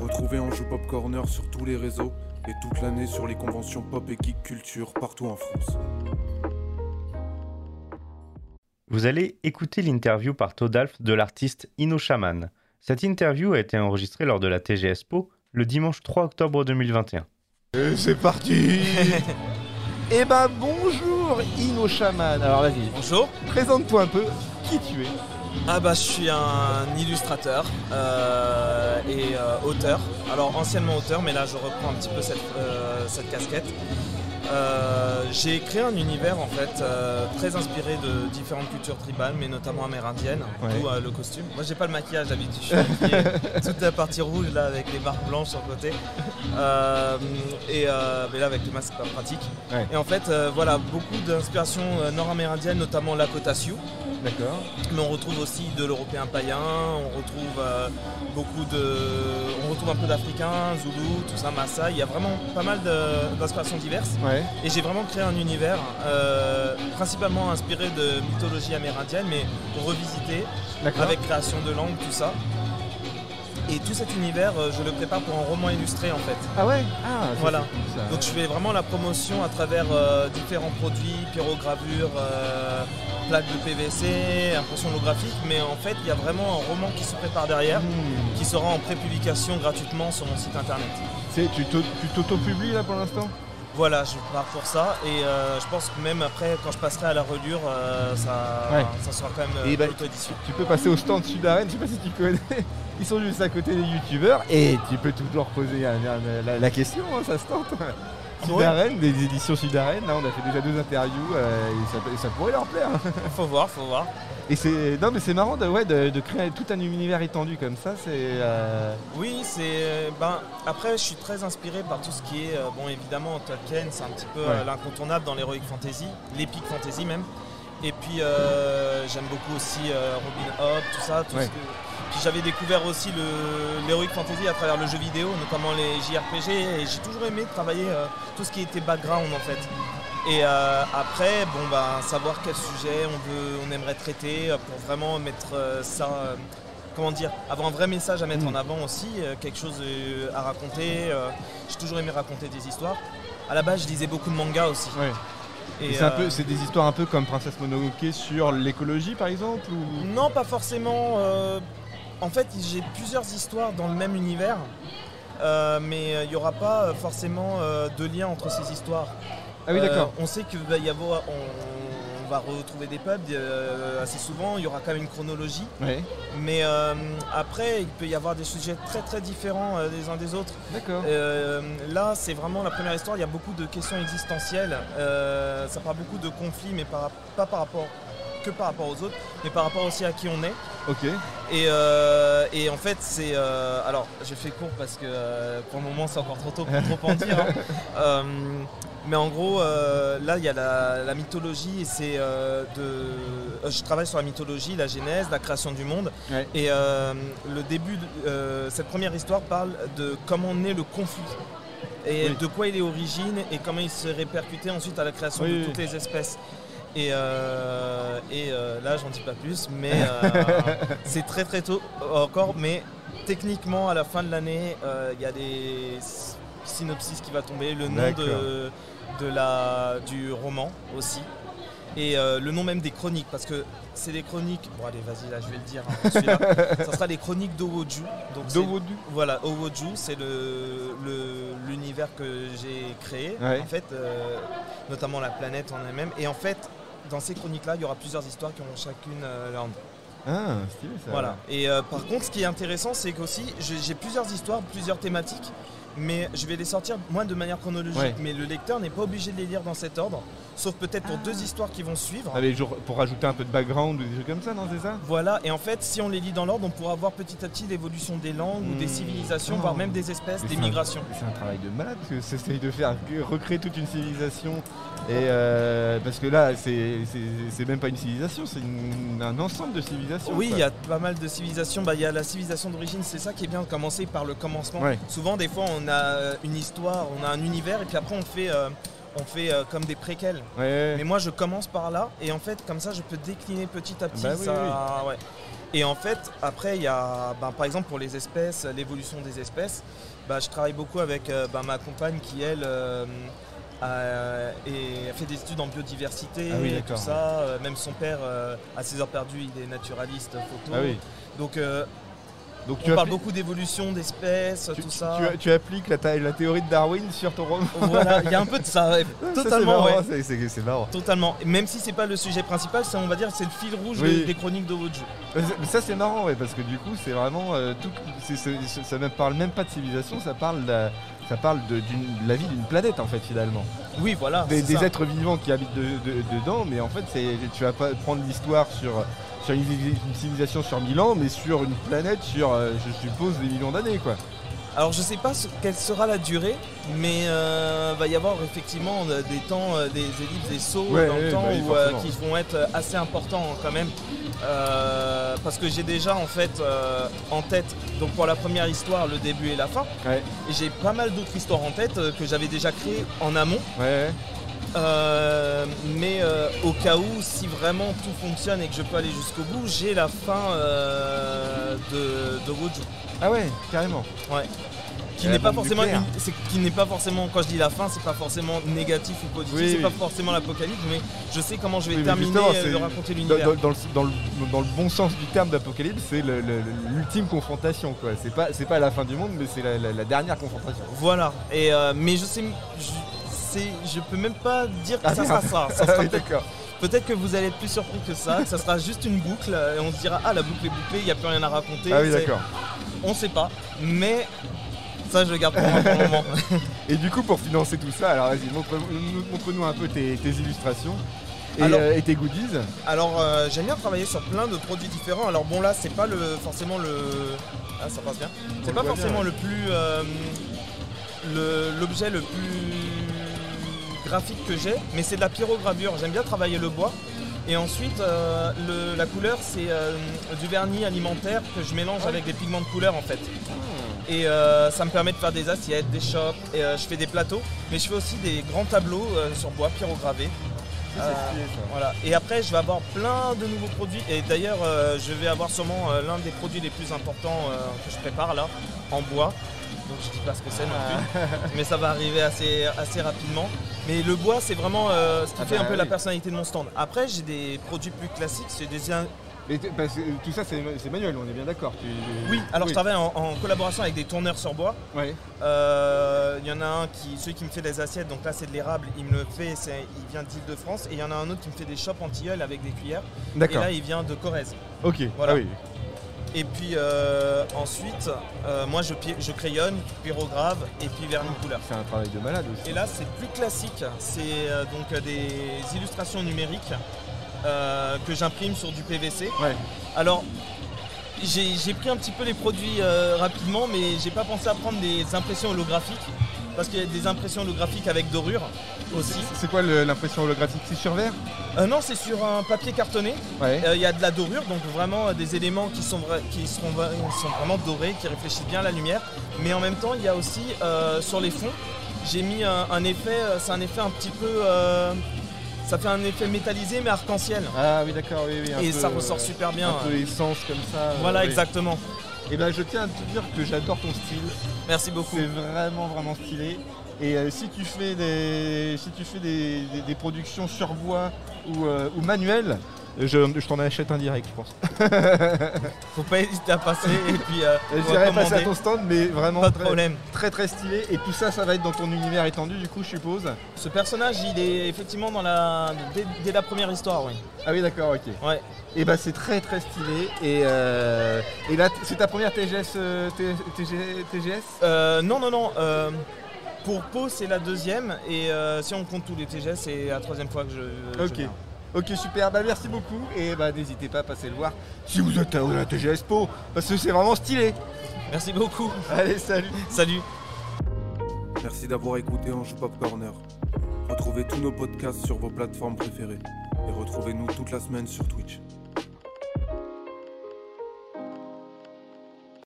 Retrouvez Anjou Pop Corner sur tous les réseaux et toute l'année sur les conventions pop et geek culture partout en France. Vous allez écouter l'interview par Todalf de l'artiste Ino Shaman. Cette interview a été enregistrée lors de la TGSPO le dimanche 3 octobre 2021. Et c'est parti Eh ben bonjour Ino Shaman. Alors vas-y, Bonjour. présente-toi un peu qui tu es. Ah bah je suis un illustrateur euh, et euh, auteur. Alors anciennement auteur, mais là je reprends un petit peu cette, euh, cette casquette. Euh, J'ai créé un univers en fait euh, très inspiré de différentes cultures tribales, mais notamment amérindiennes, Ouais. d'où euh, le costume. Moi j'ai pas le maquillage d'habitude, je suis maquillé toute la partie rouge là avec les barres blanches sur le côté, Euh, et euh, mais là avec le masque pas pratique. Ouais. Et en fait euh, voilà beaucoup d'inspiration euh, nord-amérindienne, notamment Lakota Sioux. D'accord. Mais on retrouve aussi de l'européen païen, on retrouve euh, beaucoup de. On retrouve un peu d'africain, zoulou, tout ça, massa. Il y a vraiment pas mal de- d'inspirations diverses. Ouais. Et j'ai vraiment créé un univers euh, principalement inspiré de mythologie amérindienne, mais revisité, D'accord. avec création de langues, tout ça. Et tout cet univers, euh, je le prépare pour un roman illustré en fait. Ah ouais. Ah ça, Voilà. c'est cool, ça. Donc je fais vraiment la promotion à travers euh, différents produits, pyrogravures, euh, plaques de PVC, impression holographique, mais en fait il y a vraiment un roman qui se prépare derrière, Hmm. qui sera en prépublication gratuitement sur mon site internet. C'est- Tu t'au- tu t'auto-publies là pour l'instant Voilà, je pars pour ça et euh, je pense que même après quand je passerai à la relure, euh, ça, Ouais. ça sera quand même Et euh, bah- l'auto-édition. Tu peux passer au stand sud Arène, je sais pas si tu connais. Ils sont juste à côté des youtubeurs et tu peux toujours poser un- un- la, la question, hein, ça se tente. Sud Arène, des éditions Sud Arène, là on a fait déjà deux interviews euh, et, ça, et ça pourrait leur plaire. Faut voir, faut voir. Et c'est non mais c'est marrant de, ouais, de, de créer tout un univers étendu comme ça, c'est euh, Oui, c'est. Ben, après, je suis très inspiré par tout ce qui est. euh, bon, évidemment, Tolkien, c'est un petit peu euh, Ouais. l'incontournable dans l'heroic fantasy, l'épic fantasy même. Et puis, euh, j'aime beaucoup aussi euh, Robin Hood, tout ça. tout Ouais. ce que- Puis j'avais découvert aussi le- l'heroic fantasy à travers le jeu vidéo, notamment les JRPG. Et j'ai toujours aimé travailler euh, tout ce qui était background en fait. Et euh, après, bon ben, savoir quel sujet on veut, on aimerait traiter euh, pour vraiment mettre euh, ça, euh, comment dire, avoir un vrai message à mettre Mm. en avant aussi, euh, quelque chose euh, à raconter. euh, J'ai toujours aimé raconter des histoires. À la base, je lisais beaucoup de mangas aussi. ouais. Et, c'est un euh, peu c'est des histoires un peu comme Princesse Mononoke sur l'écologie par exemple ou Non, pas forcément. euh, en fait, j'ai plusieurs histoires dans le même univers, euh, mais euh, il n'y aura pas euh, forcément euh, de lien entre ces histoires. Ah oui Euh, d'accord. on sait que va y avoir, on, on va retrouver des pubs euh, assez souvent. Il y aura quand même une chronologie, Ouais. mais euh, après, il peut y avoir des sujets très très différents euh, des uns des autres. D'accord. Euh, là, c'est vraiment la première histoire. Il y a beaucoup de questions existentielles. Euh, ça parle beaucoup de conflits, mais par- pas par rapport que par rapport aux autres, mais par rapport aussi à qui on est. OK. Et, euh, et en fait, c'est. euh, alors, je fais court parce que euh, pour le moment, c'est encore trop tôt pour trop en dire. hein. Euh, mais en gros, euh, là, il y a la, la mythologie et c'est euh, de. euh, je travaille sur la mythologie, la genèse, la création du monde. Ouais. Et euh, le début, de, euh, cette première histoire parle de comment naît le conflit. Et Oui. de quoi il est origine et comment il se répercutait ensuite à la création Oui, de oui, toutes les espèces. Et, euh, et euh, là, j'en dis pas plus, mais euh, c'est très très tôt encore, mais techniquement à la fin de l'année, euh, il y a des s- synopsis qui va tomber, le nom de, de la, du roman aussi, et euh, le nom même des chroniques, parce que c'est des chroniques. Bon allez, vas-y, là je vais le dire. hein, celui-là. ça sera les chroniques d'Owoju. Donc c'est- Dowodu. voilà, Owoju, c'est le- le- l'univers que j'ai créé, Ouais. en fait, euh, notamment la planète en elle-même. Et en fait, dans ces chroniques-là, il y aura plusieurs histoires qui auront chacune euh, leur nom. Ah, stylé ça. Voilà. Et euh, par contre, ce qui est intéressant, c'est qu'aussi, j'ai j'ai plusieurs histoires, plusieurs thématiques, mais je vais les sortir, moi, de manière chronologique. Ouais. Mais le lecteur n'est pas obligé de les lire dans cet ordre, sauf peut-être pour deux histoires qui vont suivre. Ah, les jours- pour rajouter un peu de background ou des trucs comme ça, non, c'est ça Voilà, et en fait, si on les lit dans l'ordre, on pourra voir petit à petit l'évolution des langues ou des Mmh. civilisations, Oh. voire même des espèces, Mais des c'est un- migrations. C'est un travail de malade que s'essaye de faire, que- recréer toute une civilisation. Et euh, parce que là, c'est- c'est c'est même pas une civilisation, c'est une- un ensemble de civilisations. Oui, quoi. il y a pas mal de civilisations. Bah, Il y a la civilisation d'origine, c'est ça qui est bien, de commencer par le commencement. Ouais. Souvent, des fois, on a une histoire, on a un univers, et puis après, on fait, euh, on fait euh, comme des préquels. Ouais, ouais. Mais moi, je commence par là, et en fait, comme ça, je peux décliner petit à petit. Bah oui, ça- ouais. Et en fait, après, il y a, ben, par exemple, pour les espèces, l'évolution des espèces, ben, je travaille beaucoup avec euh, ben, ma compagne qui, elle, euh, a, et a fait des études en biodiversité, Ah oui, tout d'accord. ça. Euh, même son père, euh, à ses heures perdues, il est naturaliste photo. Ah oui. Donc, euh, Donc on parle appli- beaucoup d'évolution d'espèces, tu- tout tu- ça. Oh, tu- tu appliques la, ta- la théorie de Darwin sur ton roman. Voilà, il y a un peu de ça, ouais. Ça, c'est totalement, ouais. marrant, c'est- C'est c'est marrant. Totalement. Et Même si c'est pas le sujet principal, ça on va dire c'est le fil rouge Oui. des, des chroniques de Wojo. Mais Euh, c'est- mais ça c'est marrant ouais, parce que du coup c'est vraiment euh, tout, c'est- c'est- c'est- ça ne parle même pas de civilisation, ça parle de, ça parle de, d'une- de la vie d'une planète en fait finalement. Oui, voilà. Des, Ah, c'est des ça. êtres vivants qui habitent de- de- dedans, mais en fait c'est, tu vas pas prendre l'histoire sur, sur une, une civilisation sur mille ans, mais sur une planète sur euh, je suppose des millions d'années quoi. Alors je sais pas ce- quelle sera la durée, mais euh, va y avoir effectivement euh, des temps, euh, des ellipses, des sauts Ouais, dans le ouais, temps bah oui, où, euh, forcément. qui vont être euh, assez importants quand même. Euh, parce que j'ai déjà en fait euh, en tête, donc pour la première histoire, le début et la fin, Ouais. et j'ai pas mal d'autres histoires en tête euh, que j'avais déjà créées en amont. Ouais. Euh, mais euh, au cas où, si vraiment tout fonctionne et que je peux aller jusqu'au bout, j'ai la fin euh, de, de Wojo. Ah ouais, carrément. Qui Et la n'est pas bombe forcément, nucléaire. une- c'est- qui n'est pas forcément, quand je dis la fin, c'est pas forcément négatif ou positif, Oui, c'est oui. pas forcément l'apocalypse, mais je sais comment je vais Oui, mais terminer justement, euh, c'est- de raconter Dans, l'univers. dans- dans le, dans le- dans le bon sens du terme d'apocalypse, c'est le- le- l'ultime confrontation quoi. C'est pas, c'est pas la fin du monde, mais c'est la- la- la dernière confrontation. Voilà. Et euh, mais je sais, je, c'est- je peux même pas dire que Ah, ça sera merde. ça. ça Ah sera oui, peut-être- d'accord. Peut-être que vous allez être plus surpris que ça, que ça sera juste une boucle euh, et on se dira ah la boucle est bouclée, il n'y a plus rien à raconter. Ah oui, c'est- d'accord. on sait pas, mais ça je le garde pour moi pour le moment. Et du coup, pour financer tout ça, alors vas-y, montre- nous- montre-nous un peu tes, tes illustrations et, Alors- euh, et tes goodies. Alors euh, j'aime bien travailler sur plein de produits différents. Alors bon là c'est pas le forcément le ah ça passe bien. C'est le pas voit bien, forcément le plus euh, le- l'objet le plus graphique que j'ai, mais c'est de la pyrogravure. J'aime bien travailler le bois. Et ensuite, euh, le- la couleur, c'est euh, du vernis alimentaire que je mélange avec des pigments de couleur en fait. Et euh, ça me permet de faire des assiettes, des shops, et euh, je fais des plateaux, mais je fais aussi des grands tableaux euh, sur bois pyrogravés. Euh, voilà. Et après, je vais avoir plein de nouveaux produits. Et d'ailleurs, euh, je vais avoir sûrement euh, l'un des produits les plus importants euh, que je prépare là, en bois. Donc je dis pas ce que c'est non Ah. plus, mais ça va arriver assez, assez rapidement. Mais le bois, c'est vraiment euh, ce qui Ah fait bah un peu oui. la personnalité de mon stand. Après, j'ai des produits plus classiques, c'est des in- Et t- parce que tout ça, c'est c'est manuel, on est bien d'accord. tu- Oui, alors je travaille en, en collaboration avec des tourneurs sur bois. Ouais. Euh, Il y en a un qui, celui qui me fait des assiettes, donc là c'est de l'érable, il me le fait, c'est- il vient d'Île-de-France. Et il y en a un autre qui me fait des chopes en tilleul avec des cuillères. Et D'accord. là, il vient de Corrèze. Ok. voilà. Ah oui. Et puis euh, ensuite, euh, moi je, pi- je crayonne, pyrograve et puis vernis de couleur. C'est un travail de malade aussi. Et là c'est plus classique, c'est euh, donc euh, des illustrations numériques euh, que j'imprime sur du PVC. Ouais. Alors j'ai j'ai pris un petit peu les produits euh, rapidement mais j'ai pas pensé à prendre des impressions holographiques parce qu'il y a des impressions holographiques avec dorure aussi. C'est quoi le- l'impression holographique C'est sur verre Euh, non c'est sur un papier cartonné Ouais. euh, Il y a de la dorure, donc vraiment euh, des éléments qui sont, vra- qui seront vra- qui sont vraiment dorés, qui réfléchissent bien la lumière. Mais en même temps, il y a aussi euh, sur les fonds, j'ai mis un, un effet, euh, c'est un effet un petit peu. euh, ça fait un effet métallisé mais arc-en-ciel. Ah oui, d'accord, oui, oui. un Et peu, ça euh, ressort super bien. Un peu essence comme ça. Voilà, exactement. exactement. Et ben je tiens à te dire que j'adore ton style. Merci beaucoup. C'est vraiment vraiment stylé. Et euh, si tu fais des si tu fais des, des- des productions sur bois ou, euh, ou manuel, je, je t'en achète un direct, je pense. Faut pas hésiter à passer et puis euh, Je faut dirais passer à commander. ton stand, mais vraiment Pas de très, problème. très très stylé. Et tout ça, ça va être dans ton univers étendu, du coup, je suppose. Ce personnage, il est effectivement dans la dès, dès la première histoire, oui. Ah oui, d'accord, ok. Ouais. Et bah c'est très très stylé. Et, euh, et là, t- c'est ta première TGS euh, T- TG TGS Euh, non, non, non. euh, pour Pau, c'est la deuxième. Et euh, si on compte tous les TG, c'est la troisième fois que je. je Ok. viens. Ok super, bah merci beaucoup et bah n'hésitez pas à passer le voir si vous êtes à la TGS Po parce que c'est vraiment stylé. Merci beaucoup. Allez salut Salut. Merci d'avoir écouté Anjou Pop Corner. Retrouvez tous nos podcasts sur vos plateformes préférées et retrouvez-nous toute la semaine sur Twitch.